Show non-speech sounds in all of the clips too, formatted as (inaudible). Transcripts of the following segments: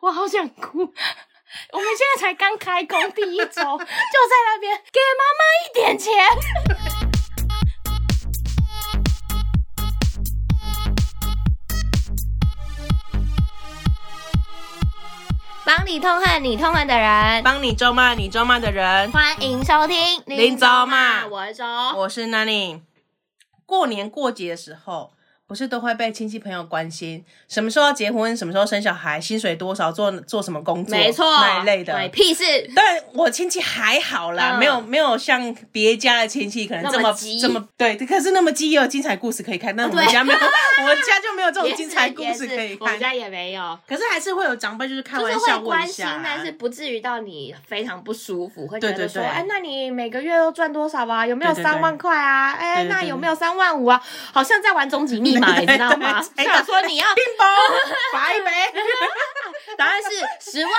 我好想哭。 (laughs) 我们现在才刚开工第一周，就在那边给妈妈一点钱。 (laughs) 帮你痛恨你痛恨的人，帮你咒骂你咒骂的人。欢迎收听林州骂我是周，我是 Nani。过年过节的时候，不是都会被亲戚朋友关心，什么时候要结婚，什么时候生小孩，薪水多少，做做什么工作，没错，那一类的。对，屁事。但我亲戚还好啦，嗯没有没有像别家的亲戚可能这那么么急啊这么对，可是那么鸡也有精彩故事可以看，但我们对家 (laughs) 没有，我们家就没有这也种是精彩故也事是可以我们看。家也没有，可是还是会有长辈就是开就是玩会笑问关一心下啊，，但是不至于到你非常不舒服，会觉对得对说，对哎，那你每个月都赚多少啊？有没有对对对三万块啊？哎，对对对那有没有三万五啊？好像在玩终极密 (laughs) 码，你知道吗？对对对想说你要， (laughs) 冰雹罚一杯。答案是 (laughs) 十万，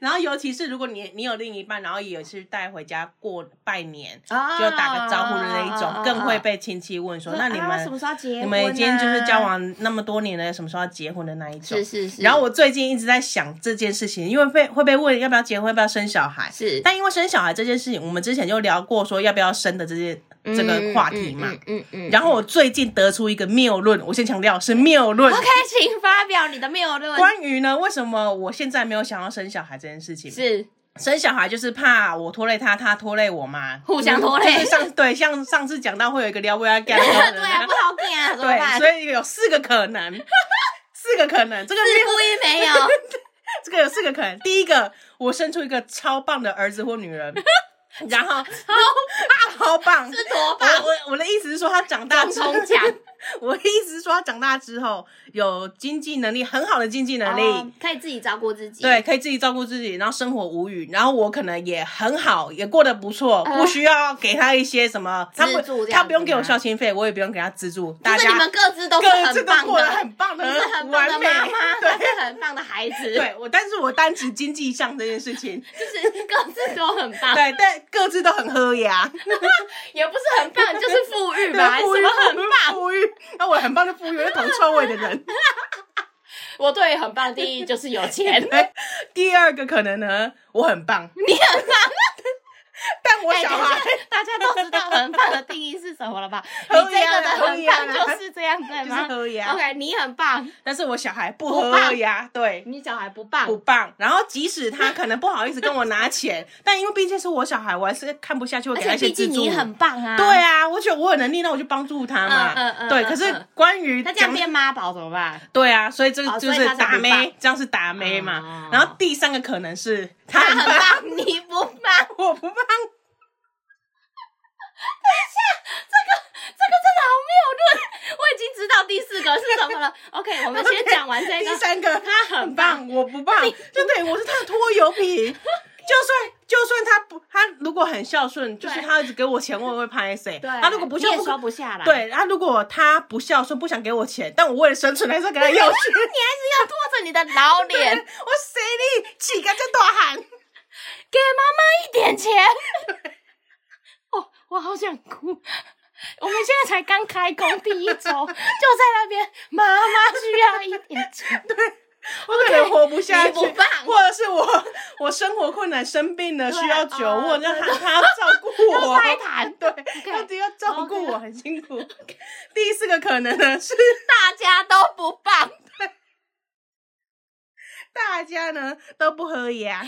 然后尤其是如果你你有另一半，然后也是带回家过拜年，啊就打个招呼的那一种，啊更会被亲戚问说：“那你们、啊什么时候结婚啊？你们已经就是交往那么多年了，什么时候要结婚的那一种？”是是是，然后我最近一直在想这件事情，因为被会被问要不要结婚，要不要生小孩。是但因为生小孩这件事情，我们之前就聊过说要不要生的这些、这个话题嘛。嗯嗯嗯嗯嗯然后我最近得出一个谬论，我先强调是谬论。 OK，请发表你的谬论，关于呢，为什么我现在没有想要生小孩这件事情？是生小孩就是怕我拖累他，他拖累我嘛，互相拖累就是上对，像上次讲到会有一个撩不要 (laughs) 干对啊，不好看啊，怎么对，办？所以有四个可 (laughs) 能，四个可能，这个是故意没有。 (laughs) (laughs) 这个有四个可能。第一个，我生出一个超棒的儿子或女 (laughs) 儿，然后超超棒，是多棒我我我的意思是说，他长大之后总统奖， (laughs) 我的意思是说，他长大之后有经济能力，很好的经济能力。哦可以自己照顾自己。对，，可以自己照顾自己，然后生活无虞，然后我可能也很好，也过得不错，呃不需要给他一些什么，他资助不这样子他不用给我吗孝心费，我也不用给他资助，大就是你家们各自都是各自很都棒过得的，很棒的，你是 (laughs) 很棒完的美妈妈， (laughs) 对他是很棒的孩子，，对，我但是我单指经济上这件事情， (laughs) 就是各自都很棒， (laughs) 对，但各自都很喝 (laughs) 牙，也不是很棒，就是富裕对吧，富什裕么很棒？富裕，那我很棒的富裕，我是铜臭味的人。 (laughs) 我对很棒的定义就是有钱，对，哎第二个可能呢，我很棒，你很棒，但 (laughs) 我哎小等一下孩。大家都知道很棒的定义是什么了吧？你 (laughs) 喝这个呀的喝很呀棒就是这样对 (laughs) 就是吗喝呀？OK，你很棒，但是我小孩不不喝棒呀，对，你小孩不棒，不棒。然后即使他可能不好意思跟我拿钱， (laughs) 但因为毕竟是我小孩，我还是看不下去，我而给他且毕一些资竟助。你很棒啊，对，啊，我觉得我有能力，那我就帮助他嘛。嗯嗯嗯对，嗯可嗯是关于那这样讲变妈宝怎么 (laughs) 办？对啊，所以这哦所个就以是他是打很棒妹，这样是打妹嘛哦。然后第三个可能是他 (laughs) 他很很棒，棒，你不棒。 (laughs) 我不棒。这个真的好谬论，我已经知道第四个是什么 (laughs) 了。OK，我们先讲完这第个。三个他很很棒，我不棒，就等于我是他的拖油 (laughs) 瓶。就算就算他不，他如果很孝顺，就是对他一直给我钱，我也会拍谁。对，他如果不孝你也不说不下来，，对，啊，如果他不孝顺，不想给我钱，但我为了生存还是要给他要钱。 (laughs) 你还是要拖着你的老 (laughs) 脸，我谁你乞丐在大喊，给妈妈一点钱。哦，我好想哭。我们现在才刚开工第一 (laughs) 周，就在那边，妈妈需要一点钱。我可能活不下你不去，棒或者是我我生活困难，生病了对需要酒哦窝，让他他要照顾要我掰盘，对 OK，他只要照 OK 顾我很辛苦。第四个可能呢是大家都不棒，大家呢都不喝牙，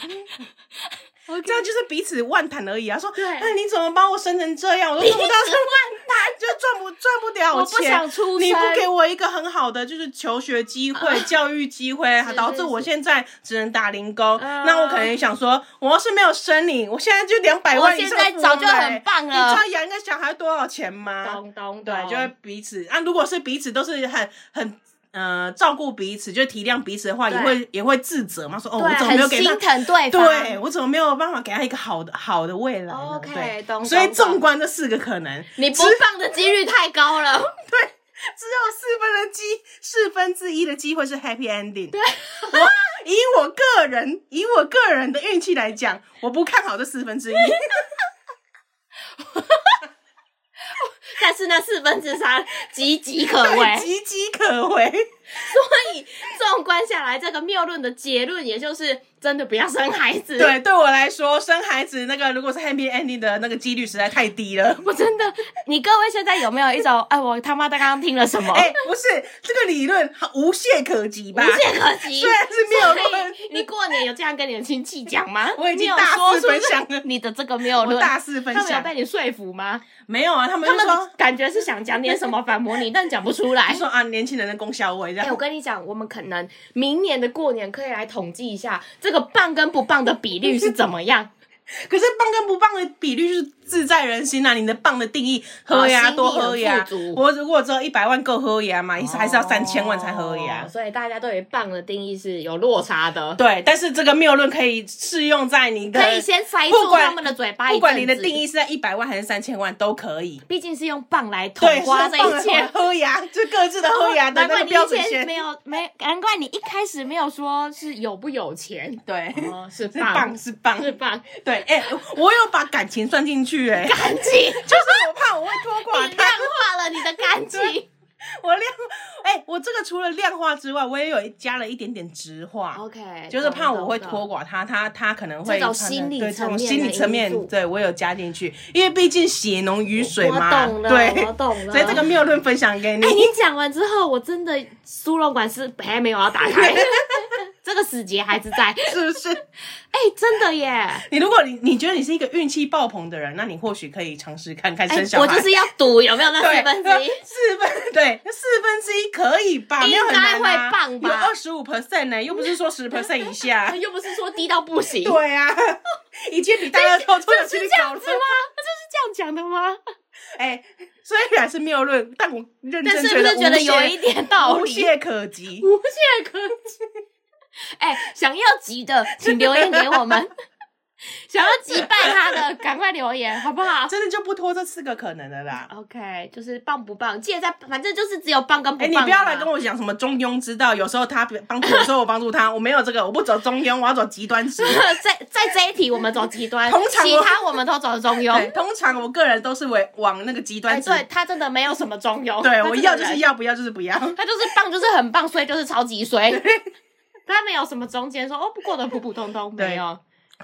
OK 这样就是彼此万谈而已啊。说，对那你怎么把我生成这样？我都做不到一直什么。万谈，就赚不赚不了我我不钱，想出你不声给我一个很好的就是求学机会、教育机会，是导致我现在只能打零工。嗯那我可能想说，我要是没有生你，我现在就两百我万以现上在富翁早就了欸很棒了你知道养一个小孩多少钱吗？咚咚对，咚就会彼此啊，如果是彼此都是很很。呃，照顾彼此，就体谅彼此的话，也对会也会自责嘛。说哦，我对，怎么没很有给他心？疼对方。对我怎么没有办法给他一个好的好的未来呢 OK，对懂所以懂懂纵观这四个可能，你不棒的几率太高了。对，只有四分的机四分之一的机会是 happy ending。对，我以我个人以我个人的运气来讲，我不看好这四分之一。但是那四分之三岌岌可对危，岌岌可危。所以纵观下来，这个谬论的结论也就是真的不要生孩子。，对，对我来说，生孩子那个如果是 happy ending 的那个几率实在太低了。我真的，你各位现在有没有一种 (laughs) 哎，我他妈的刚刚听了什么？哎、不是这个理论好无懈可击吧无？懈可击。 (laughs) 虽然是所谬论以你过年有这样跟你的亲戚讲吗？我已经你有大说肆出分享了你的这个谬我论，大肆分他们有享，被你说服吗？没有啊？他们他就们说感觉是想讲点什么反驳你，但讲不出来就。说啊，年轻人的功效位这哎、样我。跟你讲，我们可能明年的过年可以来统计一下这个棒跟不棒的比率是怎么样。可是棒跟不棒的比率就是自在人心啊！你的棒的定义，喝啊呀，心多地很喝呀富足。我如果只有一百万够喝呀 (laughs) 嘛，意思还是要三千万才喝呀哦。所以大家对于棒的定义是有落差的，对，但是这个谬论可以适用在你的，可以先塞不住管他们的嘴巴一不管你的阵子定，义是在一百万还是三千万都 (laughs) 可以。毕竟是用棒来统对，花是这棒的一切。喝呀， (laughs) 就各自的 (laughs) 喝呀的难那怪个你标以准前线，没。有没，难怪你一开始没有说是有不有钱 (laughs) 对，哦，是是棒棒是棒，是棒，对，哎、我有把感情算进去、 (laughs) 哎，感情，就是我怕我会拖垮你他淡，化了你的感 (laughs) 情。我量，哎、我这个除了量化之外，我也有加了一点点直化。 OK，就是怕哦懂我会懂拖垮他，他他可能会这种传心染理对这层种面心的理层因面素，对我有加进去，因为毕竟血浓于水我嘛懂，了对我懂，了所以这个谬论分享给你哎、，你讲完之后，我真的苏肉管是还没有要打 (laughs) 开，这个死结还是在。是不是？ (laughs) 哎、真的耶！哎你如果你你觉得你是一个运气爆棚的人，那你或许可以尝试看看哎、生小孩。我就是要赌有没有那对四分之一。 (laughs) 四分对，四分之一可以吧？没有很难应该啊会棒吧。有二十五 percent 呢，又不是说十 percent 以下哎又不是说低到不行，对啊， (laughs) 已经比大家都都有这去是这搞样了子。吗？这是这样讲的吗？哎，虽然是谬论，但我认但真是不是得觉得无懈有一点道无理？懈可击？无懈可击。哎、想要急的，请留言给我 (laughs) 们。想要击败他的，赶快留言，好不好真的就不拖这四个可能的啊啦。 ？OK，就是棒不棒？介在，反正就是只有棒跟不哎，棒你嘛。不要来跟我讲什么中庸之道，有时候他帮助，有时候我帮助他，我没有这个，我不走中庸，我要走极端值。 (laughs) 在在这一题我们走极端，通常我其他我们都走中庸 (laughs) 对，。通常我个人都是为往那个极哎，端值。对他真的没有什么中庸，对，他这我个要就是人，要，不要就是不要。他就是棒就是很棒，衰就是超级衰， (laughs) 他没有什么中间说哦不过得普普通通，对没有。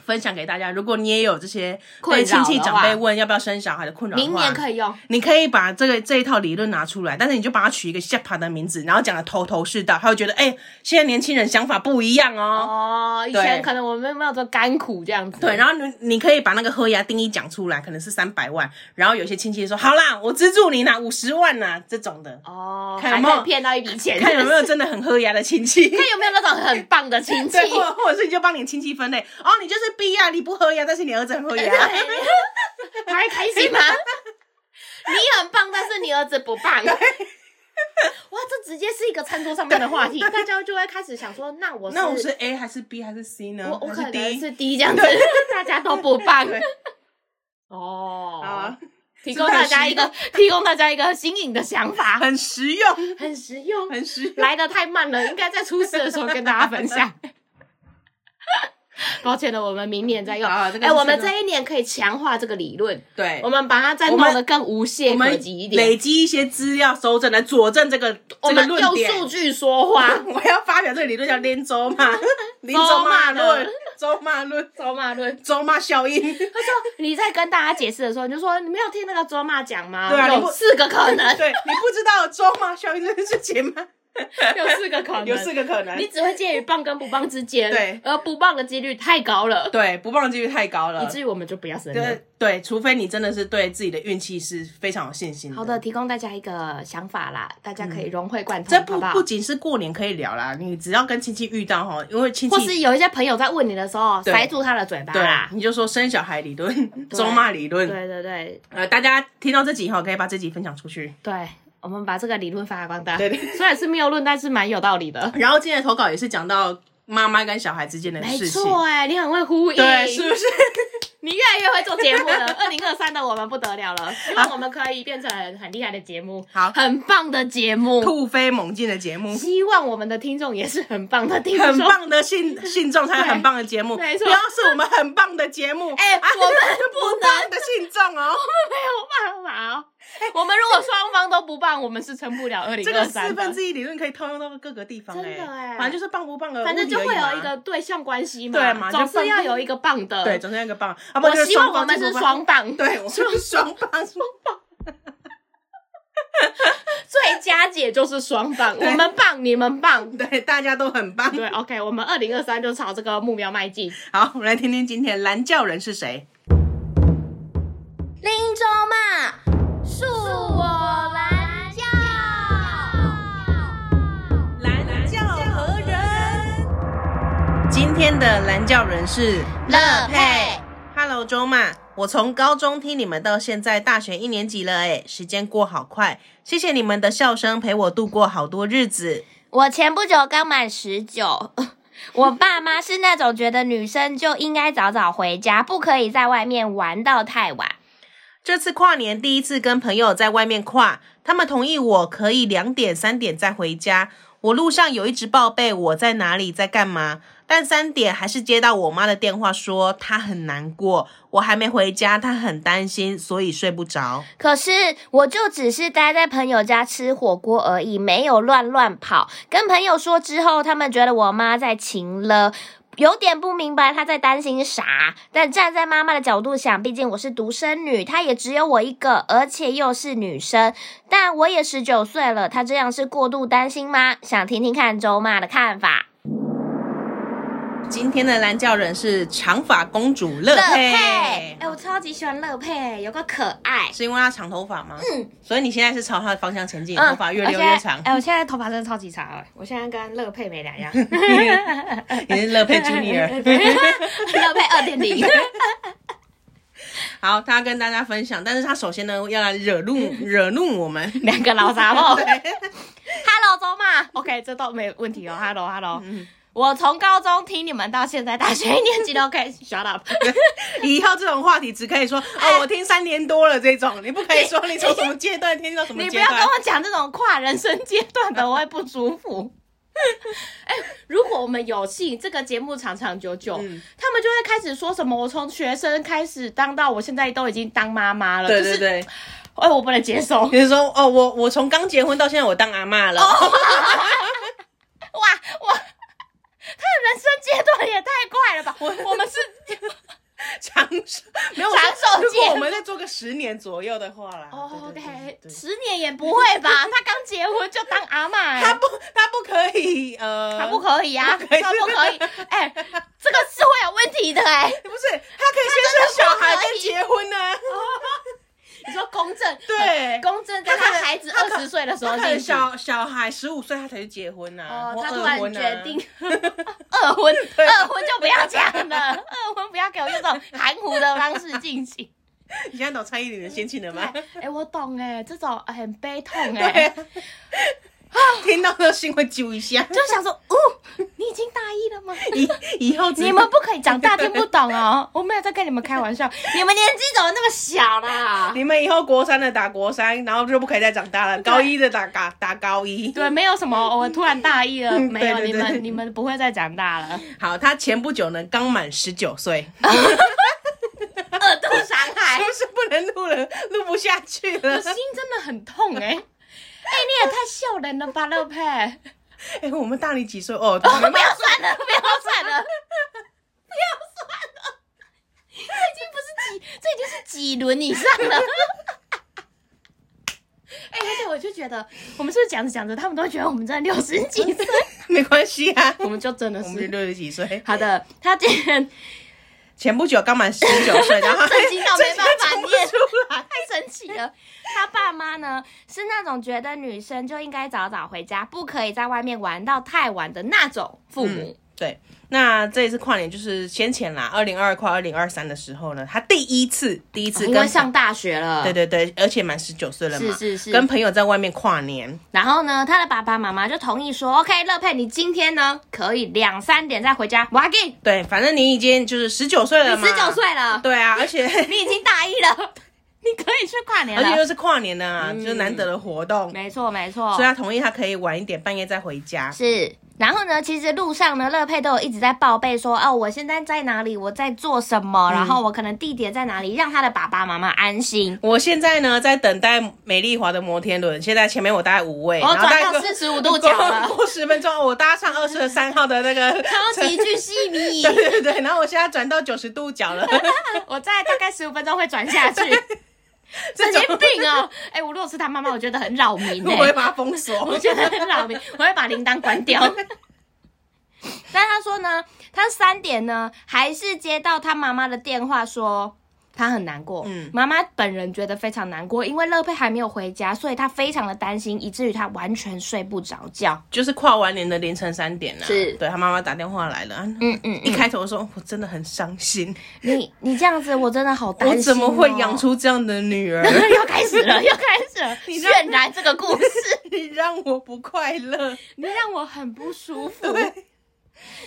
分享给大家。如果你也有这些困被扰亲戚的长话辈问要不要生小孩的困扰的话，明年可以用，你可以把这个这一套理论拿出来，但是你就把它取一个下爬的名字，然后讲的头头是道，他会觉得哎、现在年轻人想法不一样哦。哦，以对前可能我们没有这甘苦这样子。对，然后你你可以把那个喝牙定义讲出来，可能是三百万，然后有些亲戚说好啦，我资助你拿五十万呐、这 (laughs) 种的，哦，看还有没有可以骗到一笔钱，看有没有真的很喝牙的亲戚。看有没有那种很棒的亲戚。 (laughs) 对，或或者是你就帮你亲戚分类，哦，你就是 B 呀、你不喝牙，但是你儿子很喝牙， (laughs) 还会开心吗？你很棒，但是你儿子不棒。哇，这直接是一个餐桌上面的话题，大家就会开始想说，那我是 (laughs) 那我是 A 还是 B 还是 C 呢？我我可还是 D？能是第一这样子，大家都不棒。对哦，啊，提供大家一是个提供大家一个新颖的想法，很实用，很实用。很实 (laughs) 用。来的太慢了，应该在出事的时候跟大家分享。 (laughs) 抱歉了，我们明年再用。啊哎、这个是我们真的这一年可以强化这个理论，对我，们把它再我们弄得更无懈我可们击一点。累积一些资料收证来佐证这个我这个们论用点。。数据说话我要发表这个理论叫连周骂，连周骂论，周骂论，走马论，周骂效 (laughs) 应。他说你在跟大家解释的时候，你就说你没有听那个卓玛讲吗？对啊你不有四个可能， (laughs) 对你不知道周骂效应这件事情吗？有四个可能，啊有四个可能你。只会介于棒跟不棒之间，对而不棒的几率太高了，对，不棒的几率太高以了。至于我们就不要生了。对对，除非你真的是对自己的运气是非常有信心好的的，提供大家一个想法啦，大家可以融会贯通，嗯这好不不好不？仅是过年可以聊啦，你只要跟亲戚遇到哈，因为亲戚或是有一些朋友在问你的时候，对塞住他的嘴巴对啦，。你就说生小孩理论、周骂理对论，对对呃，大家听到这集以后，可以把这集分享出去。对，我们把这个理论发扬光大。对对虽然是谬论，但是蛮有道理的。 (laughs) 然后今天的投稿也是讲到妈妈跟小孩之间的没事情，错，哎，你很会呼应，对，是不 (laughs) 是？你越来越会做节目了。二零二三的我们不得了了，希望我们可以变成很厉害的节目，好很棒的节目。突飞猛进的节目，希望我们的听众也是很棒的听众，很 (laughs) 棒的信信众才有对很棒的节目，没错不要是我们很棒的节目， (laughs) 哎啊 (laughs) 我们不棒的信众哦。没有办法哦。哎我们如果双方都不棒，我们是成不了二零这二个三四的分。之一理论可以套用到各个地方、欸，真的欸反正就是棒不棒的，反正就会有一。个对象关系嘛，对嘛就总棒是要有一个棒的。对，总之那个棒，啊，不我就是希望双我方们进是步棒双棒， (laughs) 对，我们是 (laughs) 双棒，双棒，最佳解就是双棒，对我们棒，你们棒。对，大家都很棒。对，OK，我们二零二三就朝这个目标迈进。好，我们来听听今天蓝教人是谁。林州嘛，恕我蓝教。蓝教何人？今天的蓝教人是乐佩。 Hello，周妈，我从高中听你们到现在大学一年级了，哎，时间过好快，谢谢你们的笑声陪我度过好多日子。我前不久刚满十九， (laughs) 我爸妈是那种觉得女生就应该早早回家，不可以在外面玩到太晚。这次跨年第一次跟朋友在外面跨，他们同意我可以两点三点再回家。我路上有一直报备我在哪里在干嘛，但三点还是接到我妈的电话说她很难过，我还没回家，她很担心，所以睡不着。可是我就只是待在朋友家吃火锅而已，没有乱乱跑。跟朋友说之后，他们觉得我妈在勤了。有点不明白她在担心啥，但站在妈妈的角度想，毕竟我是独生女，她也只有我一个，而且又是女生，但我也十九岁了，她这样是过度担心吗？想听听看周妈的看法。今天的蓝教人是长发公主乐佩，哎、我超级喜欢乐佩，有个可爱，是因为她长头发吗？嗯，所以你现在是朝她的方向前进，嗯头发越留越长而且，哎、我现在头发真的超级长哎、我现在跟乐佩没两样。你是乐 (laughs) 佩 Junior。 (laughs) 乐佩二点 (laughs) 零。好，他跟大家分享，但是他首先呢要来惹怒惹怒我们。两个老杂货。 Hello，周妈， OK，这都没问题哦。Hello Hello，、我嗯从高中听你们到现在大学一年级都可 (laughs) 以 shut up。以后这种话题只可以说哦，我听三年多了这种，你不可以说你从什么阶段听到什么 (laughs) (laughs) 你不阶要跟段。我讲这种跨人生阶段的，我会不舒 (laughs) 服。哎、如果我们有幸这个节目长长久久，嗯他们就会开始说什么我从学生开始当到我现在都已经当妈妈了，嗯对就对是对，哎、我不能接受。哇比如说哦，我我从刚结婚到现在我当阿嬷了，哦哇，他的人生阶段也太快了吧！我我 (laughs) 们是长寿没有我长说寿如果界我们再做个十年左右的话啦。哦对对对，OK，对十年也不会吧？他刚结婚就当阿妈、欸，他不他不可以呃，他不可以啊，不可以他不可以， (laughs) 哎、这个是会有问题的哎、不是他可以先生小孩他真的不可再以结婚呢、啊你说公正，对公正在他可能孩子他二可十岁的时他候可能进去。小小孩十五岁他才去结婚呐、啊，哦或，他突二然婚啊决 (laughs) 定二婚，对二婚就不要这样了，二婚不要给我用这种含糊的方式进 (laughs) 行。你现在懂蔡依林的心情了吗？哎、我懂哎、这种很悲痛哎、对， (laughs) 听到这心会揪一下。 (laughs) 就想说，哦，你已经大一 (laughs) 了吗？以以后只你们不可以长大听不懂哦，我没有在跟你们开玩笑，你们年纪怎么那么小啦？ (laughs) 你们以后国三的打国三，然后就不可以再长大了。高一的打打打高一。对，没有什么，我突然大意了，嗯没有，你对对对们你们不会再长大 (laughs) 了，好，他前不久呢刚满十 (laughs) 九岁，二度伤是害，不是不能录了？录不下去了我。心真的很痛 (laughs) 哎、哎、你也太笑人了吧，乐佩！不哎、我们大你几岁？哦，要我们算了，不要算了，不要算了，这已经不是几，这已经是几轮以上了。哎、而且我就觉得，我们是不是讲着讲着，他们都觉得我们真的六十几岁，没关系啊， (laughs) 我们就真的。我们就是六十几岁。好的，他竟然前不久刚满十九 (laughs) 岁，然后震惊到没办法念念出来。太神奇了。他爸妈呢是那种觉得女生就应该早早回家，不可以在外面玩到太晚的那种父嗯母。对，那这一次跨年就是先前啦，二零二跨二零二三的时候呢，他第一次第一次因跟、为上大学了，嗯对对对，而且满十九岁了嘛，是是是跟朋友在外面跨年，然后呢，他的爸爸妈妈就同意说，OK，乐佩，你今天呢可以两三点再回家。我给你对，反正你已经就是十九岁了嘛，十九，岁了，对啊，而且你已经大一 (laughs) 了，你可以去跨年而且了。又是跨年的啊，就是难得的活动，没错没错所以，他同意他可以晚一点半夜再回家。是然后呢，其实路上呢，乐佩都有一直在报备说，哦，我现在在哪里，我在做什嗯么，然后我可能地点在哪里，让他的爸爸妈妈安心。我现在呢在等待美丽华的摩天轮，现在前面我大概五位，我然后大哦转概到过四十五 (laughs) 度角了过，过十分钟，我搭上二十三号的那个超级巨细 (laughs) 迷对，对对，然后我现在转到九十度角了，我在大概十五分钟会转下去。神这经种病哦！哎、我如果是他妈妈，我觉得很扰 (laughs) 民我哎、欸会把它封锁。我觉得很扰民，我会把铃铛关掉。 (laughs) 但他说呢，他三点呢还是接到他妈妈的电话说。他很难过，嗯妈妈本人觉得非常难过，因为乐佩还没有回家，所以他非常的担心，以至于他完全睡不着觉。就是跨完年的凌晨三点啊，是对他妈妈打电话来了，啊嗯嗯，一开头说我真的很伤心，你你这样子，我真的好担我心、哦怎么会 (laughs) 养？出这样的女儿？ (laughs) 又开始了，又开始了，你让渲染这个故事， (laughs) 你让我不快乐，你让我很不舒 (laughs) 服。对。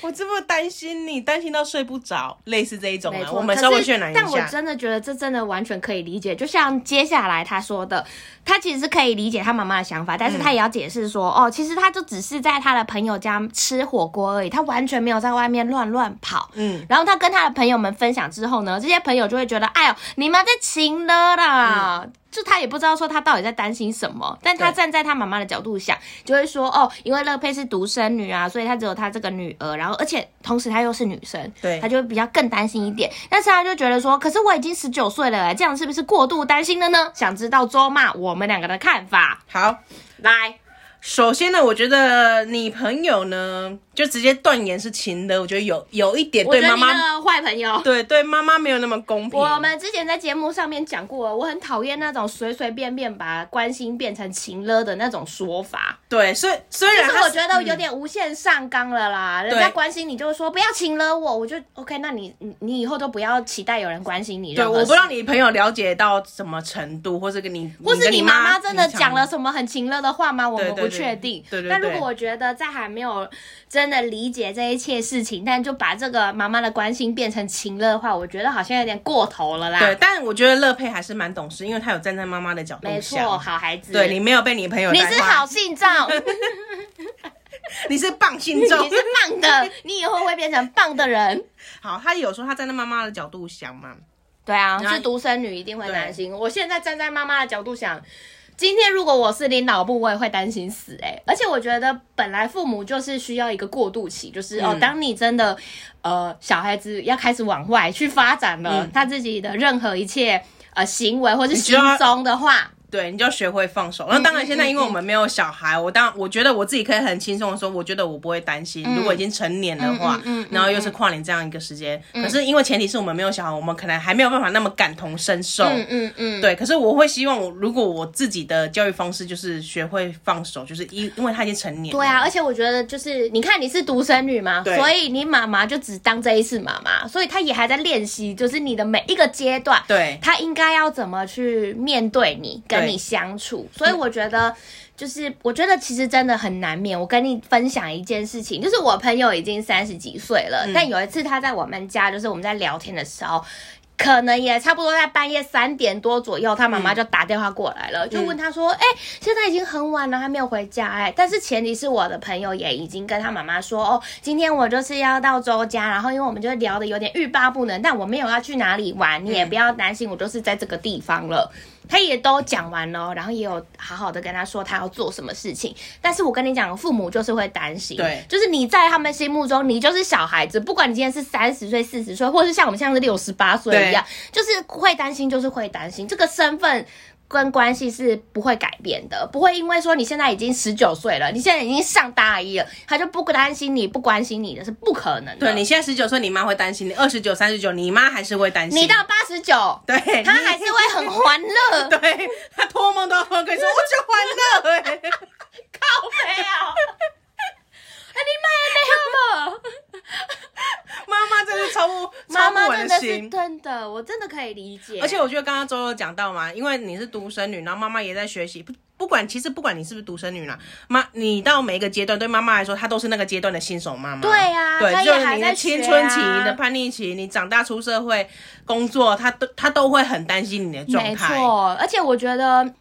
我这么担心你，担心到睡不着，类似这一种没啊，错，我们稍微可是渲染一但我下。真的觉得这真的完全可以理解，就像接下来他说的，他其实是可以理解他妈妈的想法，但是嗯他也要解释说，哦，其实他就只是在他的朋友家吃火锅而已，他完全没有在外面乱乱跑。嗯，然后他跟他的朋友们分享之后呢，这些朋友就会觉得，哎呦，你们在情了啦。就他也不知道说他到底在担心什么，但他嗯对站在他妈妈的角度想，就会说哦，因为乐佩是独生女啊，所以她只有她这个女儿，然后而且同时她又是女生，对她就会比较更担心一点。但是她就觉得说，可是我已经十九岁了，这样是不是过度担心了呢？想知道周骂我们两个的看法，好，来，首先呢，我觉得你朋友呢，就直接断言是情的，我觉得有有一点我对觉得妈你妈，那个坏朋友，对对妈妈没有那么公平。我们之前在节目上面讲过，我很讨厌那种随随便便把关心变成情勒的那种说法，对，虽虽就然是他嗯我觉得有点无限上纲了啦。人家关心你就会说不要情勒我，我就 OK，那你你你以后都不要期待有人关心你对，任何我事。不知道你朋友了解到什么程度，或是跟你，或是跟你妈妈妈真的讲了平什么很情勒的话吗？我们对对不对确定。对对对但如果我觉得在还没有真的理解这一切事情，但就把这个妈妈的关心变成情勒的话，我觉得好像有点过头了啦。常，对，但我觉得乐佩还是蛮懂事，因为她有站在妈妈的角度没想错，，好孩子。对你没有被你朋友，你是好，信 (laughs) 照，你是棒信 (laughs) 你众。是棒的，你以后会变成棒的人。好，她有说她站在妈妈的角度想嘛，对啊，然后是独生女一定会担心。我现在站在妈妈的角度想，今天如果我是领导部，我也会担心死哎、欸而且我觉得本来父母就是需要一个过渡期，就是、哦，嗯当你真的呃小孩子要开始往外去发展了，嗯他自己的任何一切呃行为或是你行就要哦踪的话，对，你就要学会放嗯手。那当然，现在因为我们没有小孩，我当我觉得我自己可以很轻松的说，我觉得我不会担心。如果已经成年的话，嗯嗯嗯嗯嗯嗯然后又是跨年这样一个时间，可是因为前提是我们没有小孩，我们可能还没有办法那么感同身受。嗯嗯嗯，对，可是我会希望我，如果我自己的教育方式就是学会放手，就是因因为他已经成年了，对啊，而且我觉得就是，你看你是独生女嘛，对所以你妈妈就只当这一次妈妈，所以她也还在练习，就是你的每一个阶段，对她应该要怎么去面对你，跟对你相处。所以我觉得，就是我觉得其实真的很难免。我跟你分享一件事情，就是我朋友已经三十几岁了，嗯但有一次她在我们家，就是我们在聊天的时候，可能也差不多在半夜三点多左右，他妈妈就打电话过来嗯了，就问他说：“哎、现在已经很晚了，还没有回家哎、但是前提是我的朋友也已经跟他妈妈说：“哦，今天我就是要到周家，然后因为我们就聊的有点欲罢不能，但我没有要去哪里玩，你也不要担心，我就是在这个地方了。”他也都讲完了，然后也有好好的跟他说他要做什么事情。但是我跟你讲，父母就是会担心，对就是你在他们心目中，你就是小孩子，不管你今天是三十岁、四十岁，或是像我们现在是六十八岁一样，就是会担心，就是会担心这个身份。跟关系是不会改变的，不会因为说你现在已经十九岁了，你现在已经上大一了，他就不担心你不关心你的是不可能的。对你现在十九岁，你妈会担心你；二十九、三十九，你妈还是会担心。你到八十九，对，他还是会很欢乐。 (laughs) 对，他托梦都托跟你说，我就欢乐、欸。靠背啊！ (laughs) 哎，你买的好不？妈妈真的超不妈超妈不我真的是心。真的，我真的可以理解。而且我觉得刚刚周周讲到嘛，因为你是独生女，然后妈妈也在学习，不不管其实不管你是不是独生女啦，妈你到每一个阶段，对妈妈来说，她都是那个阶段的新手妈妈。对啊她对，也就是还你在的青春期、学啊你的叛逆期，你长大出社会工作，她都她都会很担心你的状没态。错，而且我觉得。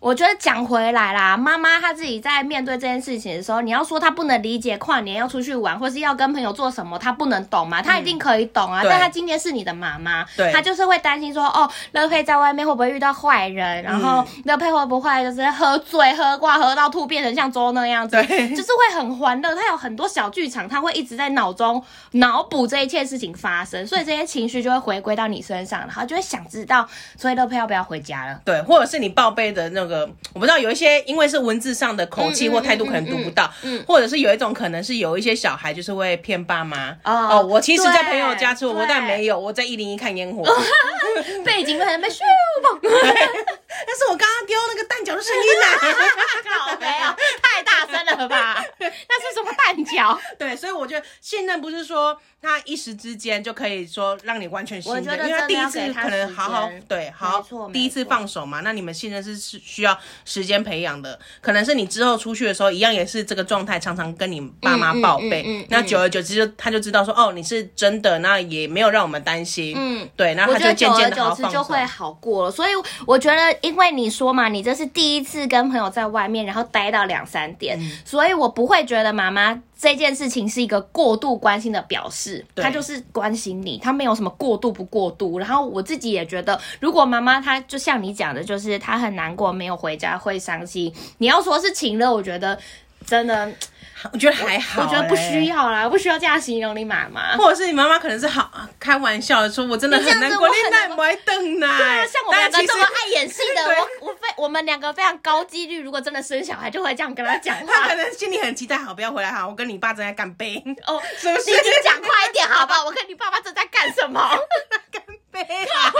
我觉得讲回来啦，妈妈她自己在面对这件事情的时候，你要说她不能理解跨年要出去玩，或是要跟朋友做什么，她不能懂嘛？她一定可以懂啊。嗯对但她今天是你的妈妈，对她就是会担心说，哦，乐佩在外面会不会遇到坏人？然嗯后乐佩会不会就是喝醉、喝挂、喝到吐，变成像周那样子？对 (laughs) 就是会很欢乐，她有很多小剧场，她会一直在脑中脑补这一切事情发生，所以这些情绪就会回归到你身上，然后就会想知道，所以乐佩要不要回家了？对，或者是你报备的那个，我不知道有一些，因为是文字上的口气嗯嗯或态度，嗯可能读嗯不到，嗯或者是有一种可能是有一些小孩就是会骗爸妈。哦哦，我其实，在对朋友家吃火锅，哦对但没有，我在一零一看烟火。 (laughs) 背景可能被咻但是我刚刚丢那个蛋饺的声音啊呐、搞没有，太大声了吧？那是什么蛋饺？对，所以我觉得信任不是说他一时之间就可以说让你完全信任，我觉得因为他第一次真的要给他可能好好时间对好没错好第一次没错放手嘛，那你们信任是是需要时间培养的，可能是你之后出去的时候一样也是这个状态，常常跟你爸妈嗯嗯报嗯备，嗯嗯那久而久之就他就知道说哦你是真的，那也没有让我们担心，嗯。对，然后我他觉得就久渐而渐的好久好之放就手。会好过了，所以我觉得，因为你说嘛，你这是第一次跟朋友在外面，然后待到两三点，嗯所以我不会觉得妈妈这件事情是一个过度关心的表示，对她就是关心你，她没有什么过度不过度。然后我自己也觉得，如果妈妈她就像你讲的，就是她很难过，没有回家会伤心。你要说是情乐，我觉得真的我觉得还好、欸我觉得不需要。要啦，不需要这样形容你妈妈。或者是你妈妈可能是好开玩笑的说，我真的你这样很子难过，我你很奶难不会瞪奶。对啊，像我们两哎但个其实这么爱演戏 (laughs) 的，对我我非我们两个非常高几率，如果真的生小孩，就会这样跟他讲话 (laughs) 他。可能心里很期待，好，不要回来哈，我跟你爸正在干 (laughs) 杯，哦，是不是你已经讲快一点，好不好？我跟你爸爸正在干什 (laughs) 么？杯啊？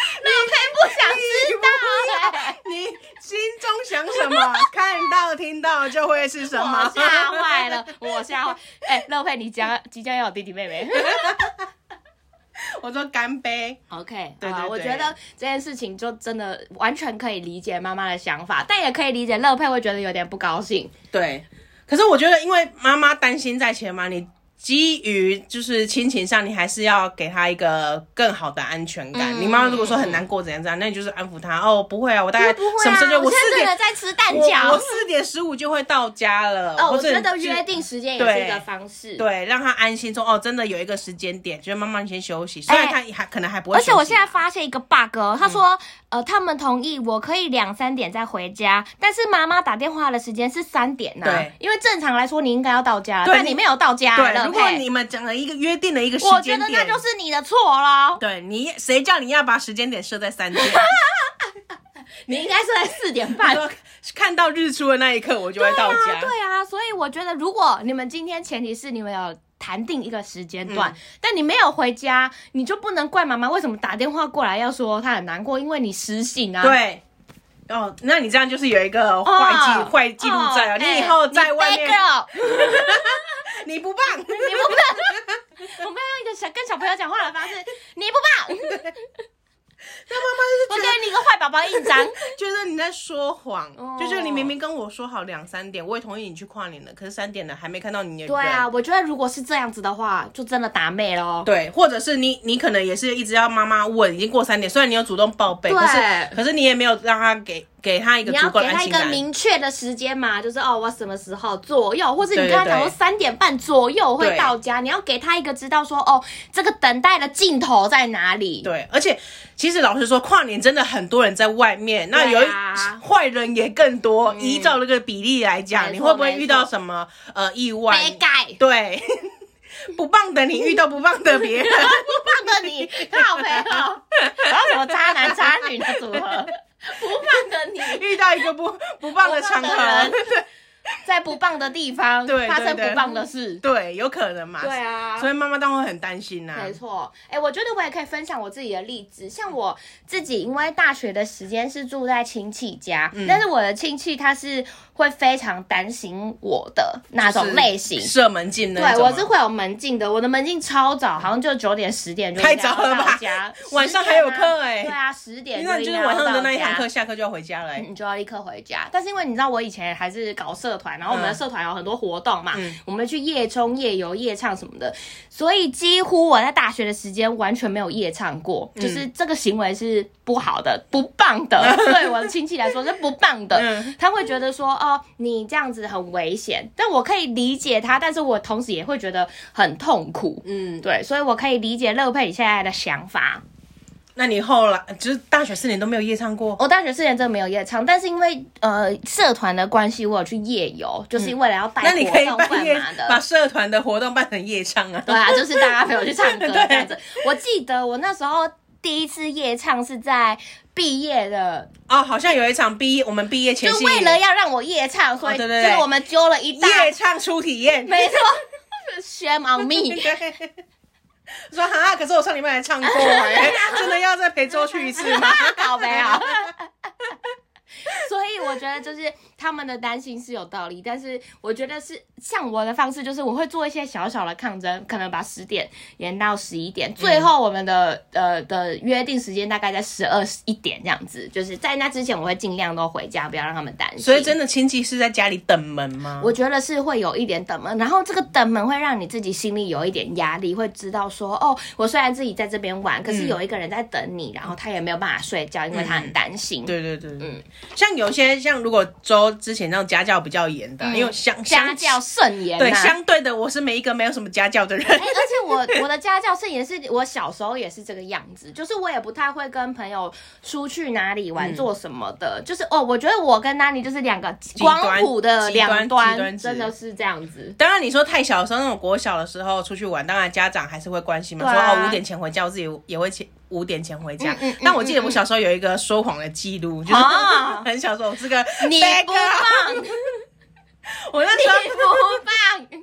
乐佩不想知道、欸，你心中想什么，看到听到就会是什么我。吓坏了，我吓坏。哎、乐佩，你将即将要有弟弟妹妹。 (laughs) (laughs) 我说干杯， OK，对啊对我对觉得这件事情就真的完全可以理解妈妈的想法，但也可以理解乐佩会觉得有点不高兴。对。可是我觉得，因为妈妈担心在前嘛，你基于就是亲情上，你还是要给她一个更好的安全感。嗯你妈妈如果说很难过怎样怎样，那你就是安抚她哦，不会啊，我大概不会啊，什么时候就我四现在真点的在吃蛋我我饺。四点十五就会到家了。哦，我或者觉得就约定时间也是一个方式。对，让他安心说哦，真的有一个时间点，就是妈妈你先休息。虽然他还、可能还不会而休息，且我现在发现一个 bug，哦嗯他说、呃，他们同意我可以两三点再回家，但是妈妈打电话的时间是三点呐、对因为正常来说你应该要到家，对但你你没有到家，乐佩对，如果你们讲了一个约定的一个时我觉间得点，那就是你的错咯，对你谁叫你要把时间点设在三 (laughs) 点？你应该是在四点 (laughs) 半。说看到日出的那一刻，我就会到对 (laughs) 家。啊，对啊，所以我觉得，如果你们今天前提是你们有谈定一个时间嗯段，但你没有回家，你就不能怪妈妈为什么打电话过来要说她很难过，因为你失信啊。对哦，那你这样就是有一个坏记、哦坏记录在啊、哦你哎以后在外你面 bad girl (laughs) 你不棒，你不棒，我们要用一个小跟小朋友讲话的方式，你 (laughs) 不棒，那我 (laughs) 妈妈就给觉得你一个坏宝宝 (laughs) 印章。觉得你在说谎，哦就是你明明跟我说好两三点，我也同意你去跨年了，可是三点了还没看到你的人。对啊，我觉得如果是这样子的话，就真的打妹喽。对，或者是你，你可能也是一直要妈妈问，已经过三点，虽然你有主动报备，对可是可是你也没有让他给给他一个你足要够给的安他一心个感。明确的时间嘛，就是哦，我什么时候左右，或是对你跟他讲说对三点半左右会对到家，你要给他一个知道说哦，这个等待的尽头在哪里。对，而且其实老实说，跨年真的很多人在外面，那对有一啊嗯坏人也更多。依照那个比例来讲，没你错会不会没遇到错什么呃意外？杯盖，对， (laughs) 不棒的你遇到不棒的别人。 (laughs) 不棒的你，靠朋哦，然后什么渣男渣女的组合，不 (laughs) 棒的你。遇到一个不不棒的场不棒的合人，在不棒的地方对对发生不棒的事。对，有可能嘛？对啊所以妈妈当然会很担心啊呐、没错，哎、我觉得我也可以分享我自己的例子。像我自己，因为大学的时间是住在亲戚家，嗯但是我的亲戚他是会非常担心我的那种类型。就是射门禁那对，种吗我是会有门禁的，我的门禁超早，好像就九点十点就太一定要早了到吧家晚上10还有点啊课哎对啊，十点那一就定是要晚上到的那一堂家课，下课就要回家了欸、你就要立刻回家。但是因为你知道，我以前还是搞社社团，然后我们的嗯社团有很多活动嘛，嗯我们去夜冲、夜游、夜唱什么的，所以几乎我在大学的时间完全没有夜唱过，嗯就是这个行为是不好的、不棒的， (laughs) 对我的亲戚来说是不棒的。嗯他会觉得说，哦，你这样子很危险，但我可以理解他，但是我同时也会觉得很痛苦。嗯，对，所以我可以理解乐佩你现在的想法。那你后来就是大学四年都没有夜唱过，我大学四年真的没有夜唱，但是因为呃社团的关系，我有去夜游，就是为了要带嗯那你可以活动办干夜嘛的。把社团的活动办成夜唱啊。对啊，就是大家陪我去唱歌 (laughs) 对这样子。我记得我那时候第一次夜唱是在毕业的，哦，好像有一场毕业，我们毕业前就夕为了要让我夜唱，所以哦就对对是对我们揪了一大，夜唱初体 (laughs) 验。没错，Shame on me。对说哈，可是我上礼拜还唱 (laughs) 过哎、真的要再陪周去一次吗？好没有。 (laughs) 所以我觉得就是他们的担心是有道理，但是我觉得是像我的方式，就是我会做一些小小的抗争，可能把十点延到十一点，最后我们的、呃的约定时间大概在十二一点这样子，就是在那之前我会尽量都回家，不要让他们担心。所以真的亲戚是在家里等门吗？我觉得是会有一点等门，然后这个等门会让你自己心里有一点压力，会知道说，哦，我虽然自己在这边玩，可是嗯有一个人在等你，然后他也没有办法睡觉，因为他很担心。对对对，嗯嗯，像有些像如果周之前那种家教比较严的，嗯因为相家相教甚严、啊，对相对的，我是每一个没有什么家教的人，哎、而且我我的家教甚严是我小时候也是这个样子，就是我也不太会跟朋友出去哪里嗯玩、做什么的，就是哦，我觉得我跟 Nani 就是两个光端谱的极端两端，极端值真的是这样子。当然，你说太小的时候，那种国小的时候出去玩，当然家长还是会关心嘛，对啊说哦五点前回家，我自己也会前五点前回家。嗯嗯嗯但我记得我小时候有一个说谎的记录，就是、哦很小时候我是个你 beggar 不棒，你 (laughs) 我那时候不 (laughs) 棒，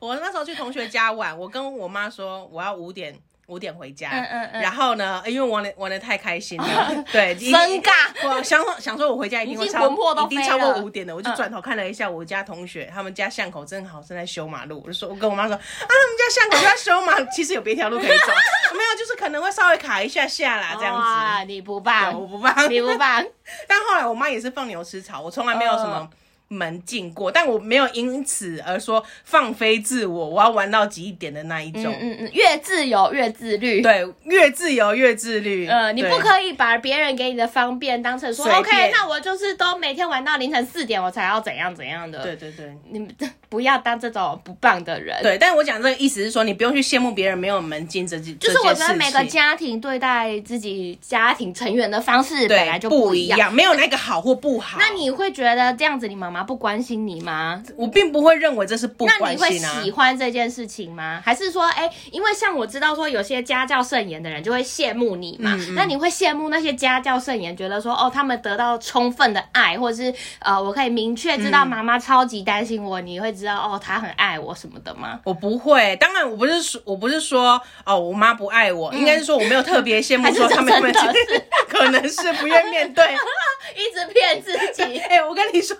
我那时候去同学家玩，我跟我妈说我要五点五点回家，嗯嗯嗯然后呢，因为玩的玩的太开心 (laughs) 了，对，一定尴尬。 (laughs) 我想说想说，我回家一定会已经超魂魄都一定飞超过了五点的，我就嗯转头看了一下我家同学，他们家巷口正好正在修马路，我就说，我跟我妈说啊，他们家巷口就在修马，其实有别条路可以走， (laughs) 没有，就是可能会稍微卡一下下啦，啊这样子。哇，你不对我棒，不棒， (laughs) 你不棒，但后来我妈也是放牛吃草，我从来没有什么门禁过，但我没有因此而说放飞自我，我要玩到几点的那一种。嗯嗯嗯，越自由越自律。对，越自由越自律。呃，你对不可以把别人给你的方便当成说随便，OK，那我就是都每天玩到凌晨四点，我才要怎样怎样的。对对对。你们不要当这种不棒的人。，对，但我讲这个意思是说，你不用去羡慕别人没有门禁这件，就是我觉得这件事每个情家庭对待自己家庭成员的方式本来对就不一一。样，没有那个好或不好。那你会觉得这样子，你妈妈不关心你吗？我并不会认为这是不那关你会心啊喜。欢这件事情吗？还是说，哎、因为像我知道说有些家教甚严的人就会羡慕你嘛，嗯那你会羡慕那些家教甚严，觉得说，哦，他们得到充分的爱，或者是呃，我可以明确知道妈妈超级担心我，你会知道哦，她很爱我什么的 (laughs) 吗？我不会，当然我不是说我不是说哦，我妈不爱我，应该是说我没有特别羡慕嗯还是说他们真的是 (laughs) 可能是不愿面对。一直骗自己。哎、我跟你说，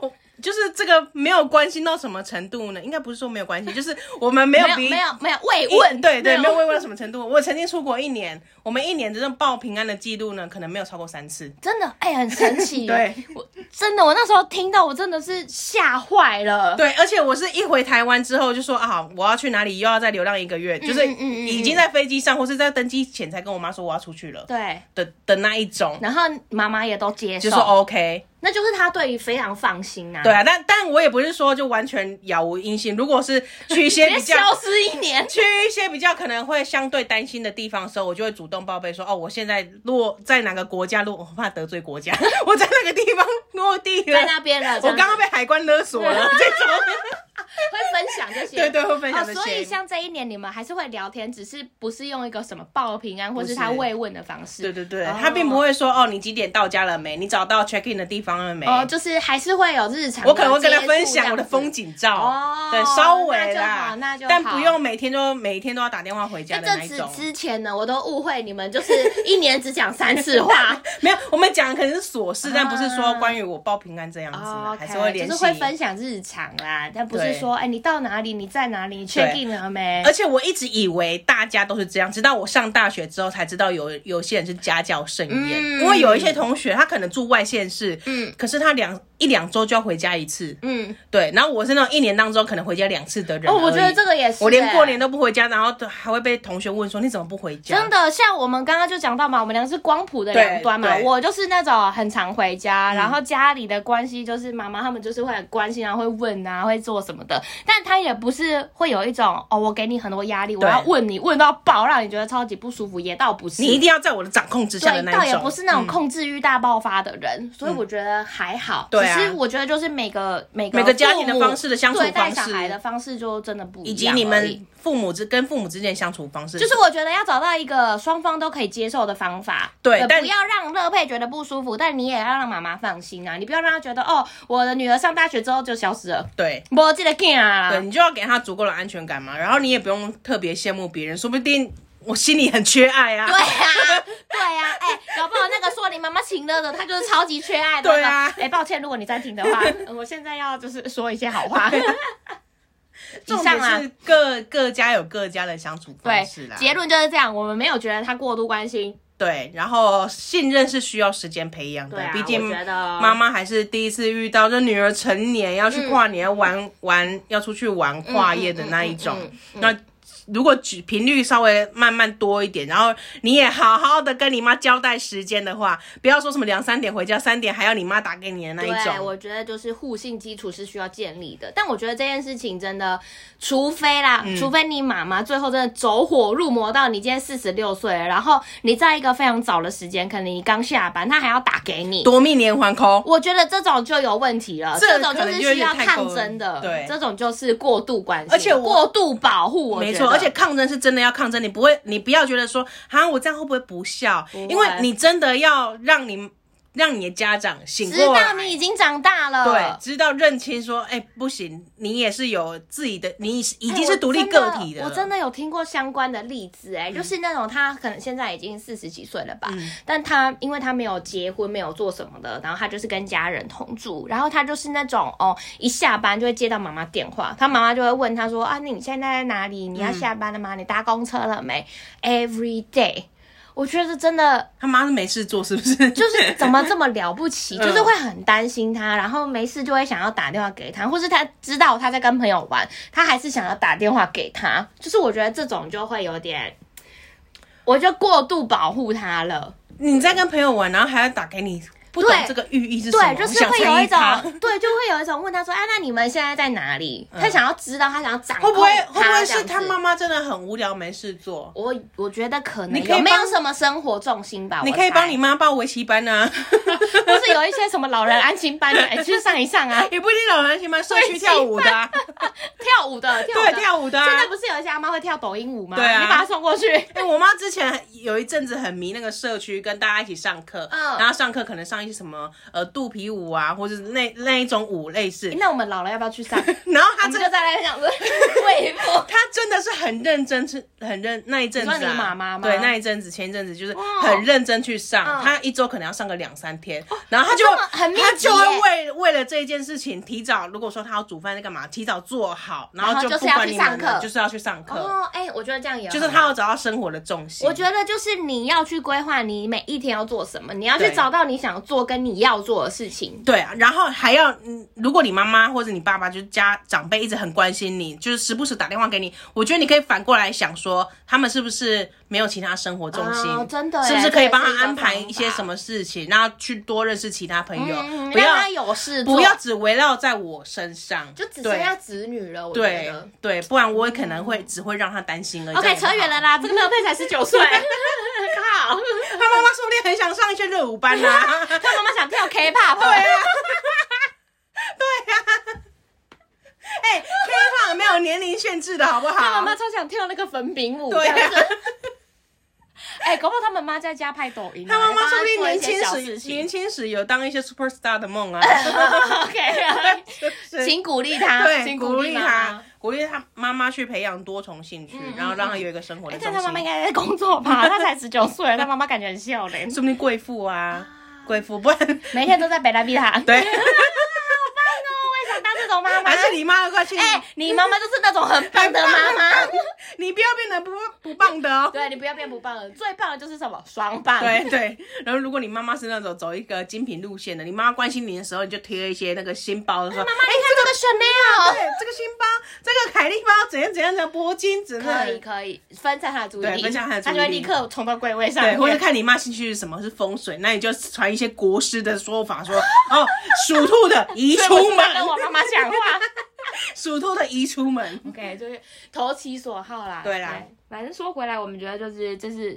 我就是这个没有关心到什么程度呢？应该不是说没有关系，就是我们 (laughs) 没有比没有没有慰 (laughs) 一问，对对，没有问，慰问到什么程度。我曾经出国一年，我们一年真正报平安的记录呢，可能没有超过三次。真的哎、很神奇。 (laughs) 对，我真的我那时候听到，我真的是吓坏了。对，而且我是一回台湾之后就说啊，我要去哪里，又要再流浪一个月，就是嗯嗯嗯已经在飞机上或是在登机前才跟我妈说我要出去了对，的的那一种，然后妈妈也都接受，就说哦 OK。那就是他对于非常放心啊。对，啊，但但我也不是说就完全杳无音信。如果是去一些直比接较。消失一年 (laughs) 去一些比较可能会相对担心的地方的时候，我就会主动报备说，哦，我现在落在哪个国家落，我怕得罪国家， (laughs) 我在那个地方落地了，在啊那边了，这我样刚刚被海关勒索了，这种，会分享这些， (laughs) 对对，会分享哦，这所以些。像这一年你们还是会聊天，只是不是用一个什么报平安或是他不是慰问的方式，对对对，哦他并不会说哦，你几点到家了没？你找到 check in 的地方了没？哦，就是还是会有日常的接触这样子，我可能会跟他分享我的风景啊照，哦对，稍微那就啦好那就好但不用每天都每天都要打电话回家在的这那一之种。之前呢，我都误会你们就是一年只讲三次 (laughs) 话没有，我们讲的可能是琐事，但不是说啊关于我报平安这样子啦，哦还是会 OK，联就系。是会分享日常啦，但不是对说哎你到哪里，你在哪里，你确定了没？而且我一直以为大家都是这样，直到我上大学之后才知道有有些人是家教甚严，嗯因为有一些同学他可能住外县市，嗯可是他两一两周就要回家一次，嗯，对。然后我是那种一年当中可能回家两次的人而哦，已。我觉得这个也是、欸我连过年都都不回家，然后都还会被同学问说你怎么不回家？真的像我们刚刚就讲到嘛，我们俩是光谱的两端嘛。对嗯对我就是那种很常回家，然后家里的关系就是妈妈他们就是会很关心啊，会问啊，会做什么的。但他也不是会有一种哦，我给你很多压力，我对要问你问到爆，让你觉得超级不舒服，也倒不是。你一定要在我的掌控之下的对，那倒一也种。不是那种嗯控制欲大爆发的人，所以我觉得还好。对啊只是我觉得就是每个每个每个家庭的父母方式的相处对待方小式孩的方式就真的不一样而已，以及你们父母之跟父母之间的相处方式，就是我觉得要找到一个双方都可以接受的方法，呃对但不要让乐佩觉得不舒服，但你也要让妈妈放心啊，你不要让她觉得哦，我的女儿上大学之后就消失了，对。我记得干啊对，你就要给他足够的安全感嘛，然后你也不用特别羡慕别人，说不定我心里很缺爱啊。对呀、对呀、哎、搞不好那个说你妈妈情勒的，他就是超级缺爱的、那个。对啊哎、抱歉，如果你暂停的 (laughs) 话，我现在要就是说一些好话。以啊重上点啊是，各各家有各家的相处对方式啦，。结论就是这样，我们没有觉得他过度关心。对，然后信任是需要时间培养的，对啊，毕竟我觉得妈妈还是第一次遇到，就女儿成年要去跨年、玩玩，要出去玩跨夜的那一种。嗯嗯嗯那如果举频率稍微慢慢多一点，然后你也好好的跟你妈交代时间的话，不要说什么两三点回家，三点还要你妈打给你的那一对，种。我觉得就是互信基础是需要建立的，但我觉得这件事情真的，除非啦，嗯除非你妈妈最后真的走火入魔到你今天四十六岁了，然后你在一个非常早的时间，可能你刚下班，她还要打给你，夺命连环 call，我觉得这种就有问题了，这这种可就能是就有需点要太抗过了争的，对这种就是过度关心，而且我过度保护，我没觉错，得而且抗争是真的要抗争，你不会，你不要觉得说，哈，我这样会不会不孝？会因为你真的要让你让你的家长醒知过来，道你已经长大了，对，知道认清说，哎、不行，你也是有自己的，你已哎经是独立个体我嗯真的。我真的有听过相关的例子、哎、就是那种他可能现在已经四十几岁了吧，但他因为他没有结婚，没有做什么的，然后他就是跟家人同住，然后他就是那种哦，一下班就会接到妈妈电话，他妈妈就会问他说啊，你现在在哪里？嗯你要下班了吗？你搭公车了没？Every day。我觉得真的他妈是没事做，是不是？就是怎么这么了不起， (laughs) 嗯就是会很担心他，然后没事就会想要打电话给他，或是他知道他在跟朋友玩，他还是想要打电话给他。就是我觉得这种就会有点，我就过度保护他了。你在跟朋友玩，然后还要打给你，不懂对这个寓意是什么？对，就我是想会有参一与他种， (laughs) 对，就会有一种问他说：“啊，那你们现在在哪里？”他想要知道，他想要掌控会不会他会不会这样是子他妈妈真的很无聊，没事做？我我觉得可能你可以有没有帮什么生活重心吧？你我可以帮猜你，妈报围棋班啊， (laughs) 不是有一些什么老人安心班，你去上一 (laughs) 上啊，也不一定老人安心班，社区跳舞 (laughs) 的、啊，跳舞的，跳舞的对，跳舞的、啊现。在不是有一些阿妈会跳抖音舞吗？对啊你把她送过 (laughs) 去。哎、我妈之前有一阵子很迷那个社区，跟大家一起上课，嗯然后上课可能上一些什么呃肚皮舞啊，或者是那那一种舞类似诶，那我们老了要不要去 (laughs) 上？然后嗯她我们这就个再来讲说喂 (laughs) 哺。他真的是很认真，是很认那一阵子、啊。你说你妈妈吗对，那一阵子，前一阵子就是哦很认真去上，嗯哦他一周可能要上个两三天，然后他就那这么很密集耶他就会为为了这一件事情提早，如果说他要煮饭在干嘛，提早做好，然然后后就是不要管去你上们课了，就是要去上课，哦，哎、我觉得这样也好嗯就是他。要找到生活的重心。我觉得就是你要去规划你每一天要做什么，你要去对找到你想做跟你要做的事情。对啊，然后还要，嗯，如果你妈妈或者你爸爸就是家长辈一直很关心你，就是时不时打电话给你，我觉得你可以反过来想说，他们是不是没有其他生活重心？哦真的耶是不是可以帮他安排这也是一个方法一些什么事情，然后去多认识其他朋友，嗯，不让要他有事做，不要只围绕在我身上，就只剩下子女了。我觉对得。嗯对对，不然我可能会只会让他担心而已。这 OK，样也不扯好远了。啦，这个乐佩才十九 (laughs) 岁，靠，他妈妈说不定很想上一些热舞班啊。 (laughs) 他妈妈想跳 K-pop，对啊，对啊。哎、k p o 没有年龄限制的好不他妈好妈？超想跳那个粉饼舞，对啊这样子。哎、搞不好他们妈在家拍抖音啊、他妈妈说不定帮他年做一些小轻事时情年轻时有当一些 super star (laughs) 的梦啊， (laughs) OK，啊就是请鼓励他，对请鼓励妈妈他。，鼓励他妈妈去培养多重兴趣，然后让他有一个生活哎、的重但他妈妈应心。该在工作 (laughs) 吧？他才十九岁，他妈妈感觉很笑脸，说不定贵妇啊，贵妇不然 (laughs) 每天都在北大逼他。对，我也想当这种妈妈。哎哎还是你妈的快去，哎、你妈妈就是那种很棒的妈妈。 (laughs) 你不要变得不会不棒的哦。对你不要变不棒了，最棒的就是什么双棒。对对，然后如果你妈妈是那种走一个精品路线的，你妈妈关心你的时候，你就贴一些那个新包，说：“哎，这个，Chanel 对，这个新包，这个凯利包怎样怎样的铂金，怎样可以可以分散他的注意对力，分散他的注意就会力立刻冲到柜位上对，面，或者看你妈兴趣是什么是风水，那你就传一些国师的说法， (laughs) 说哦，属兔的宜所以我出是在 (laughs) 跟我门，妈妈讲 (laughs) 话。属兔的宜出门。 OK，就是投其所好啦。对啦，反正说回来，我们觉得就是就是，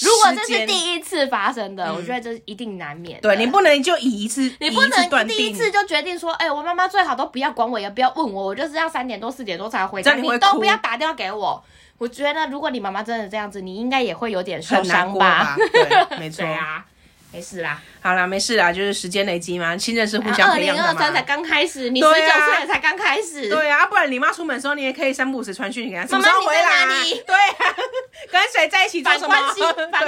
如果这时是间第一次发生的，我觉得这是一定难免的。嗯对你不能就以一次，你以不一次断能定第一次就决定说，哎、我妈妈最好都不要管我，也不要问我，我就是要三点多四点多才回这家，样你会都哭不要打电话给我。我觉得如果你妈妈真的这样子，你应该也会有点受很难伤过吧？对，没 (laughs) 错对。啊，没事啦。好啦，没事啦，就是时间累积嘛，亲人是互相二培零养的啊二嘛三。才刚开始，你十九对啊岁了才刚开始。对啊，不然你妈出门的时候，你也可以三不五时传讯息给她，妈什么妈时候回来啊？你在哪里 (laughs) 对啊，跟谁在一起做什么？反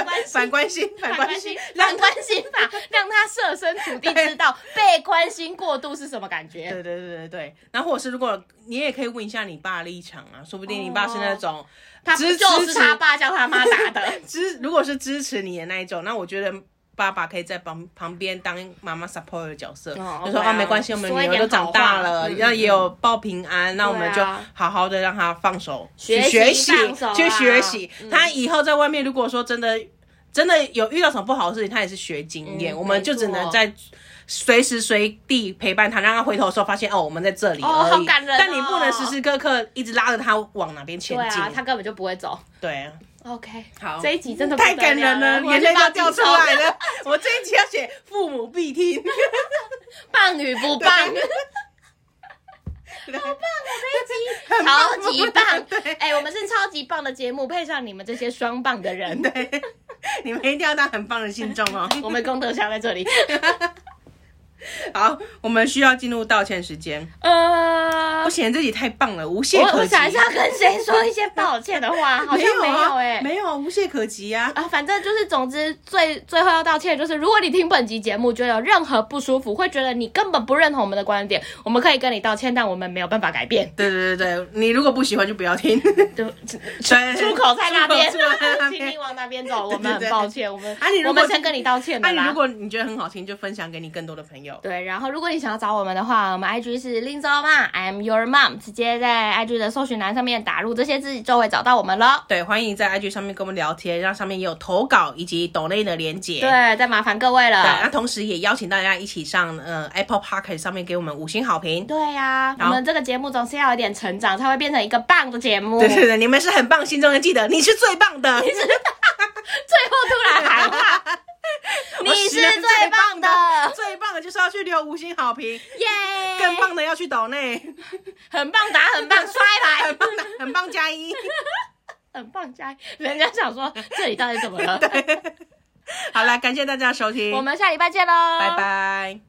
关心 (laughs) 反关心，反反关关心心，，(laughs) 让让她关心法，让他设身处地知道被关心过度是什么感觉。对对对对对，然后或者是如果你也可以问一下你爸的立场啊，说不定你爸是那种他支就支是持。他爸叫他妈打的 (laughs) 支，如果是支持你的那一种，那我觉得爸爸可以在旁旁边当妈妈 support 的角色，哦就对说啊啊没关系，我们说一女儿点都长大好话了，嗯然后也有报平安，那我们对就啊好好的让她放手学习学习放手，啊去学习。嗯她以后在外面，如果说真的真的有遇到什么不好的事情，她也是学经验，嗯我们就只能在。随时随地陪伴她，让她回头的时候发现哦，我们在这里而已。哦好感人哦但你不能时时刻刻一直拉着她往哪边前对进。啊，他根本就不会走。对啊 OK，好这一集真的不太得感人了，我要眼去泪报都警掉出察来，了。 (laughs) 我这一集要写父母必听，棒与不棒？啊对 (laughs) 很棒超级棒 (laughs) 对！哎、我们是超级棒的节目，配上你们这些双棒的人，对，你们一定要当很棒的信众 (laughs) 哦。我们功德箱在这 (laughs) 里。好，我们需要进入道歉时间。呃不，行，这集太棒了，无懈我可我击。想一下跟谁说一些抱歉的 (laughs) 话，好像没有没有啊，哎、没有啊，无懈可击啊。啊，反正就是，总之最最后要道歉，就是如果你听本集节目觉得有任何不舒服，会觉得你根本不认同我们的观点，我们可以跟你道歉，但我们没有办法改变。对对对对，你如果不喜欢就不要听， (laughs) 就对出口在那边出口 (laughs) 在那，请边啊你。往那边走，我们对对对很抱歉，我们啊你如果我们先跟你道歉那的你啦如。果你觉得很好听，就分享给你更多的朋友。对，然后如果你想要找我们的话，我们 IG 是 l i n z o m a I'm Your Mom，直接在 IG 的搜寻栏上面打入这些字就会找到我们了。对，欢迎在 IG 上面跟我们聊天，让上面也有投稿以及抖内的连结。对，再麻烦各位对，啊了那。同时也邀请大家一起上呃 Apple Park 上面给我们五星好评。对呀、好我们这个节目总是要有点成长，才会变成一个棒的节目。对对对，你们是很棒，心中要记得你是最棒的，最后突然喊 (laughs) 话，你我是是最棒的，最棒的就是要去留五星好评，耶！更，棒的要去抖内，很棒打，很棒摔很来，棒的很棒加一。很棒加！人家想说这里到底怎么了？好了，感谢大家的收听，我们下礼拜见喽，拜。拜。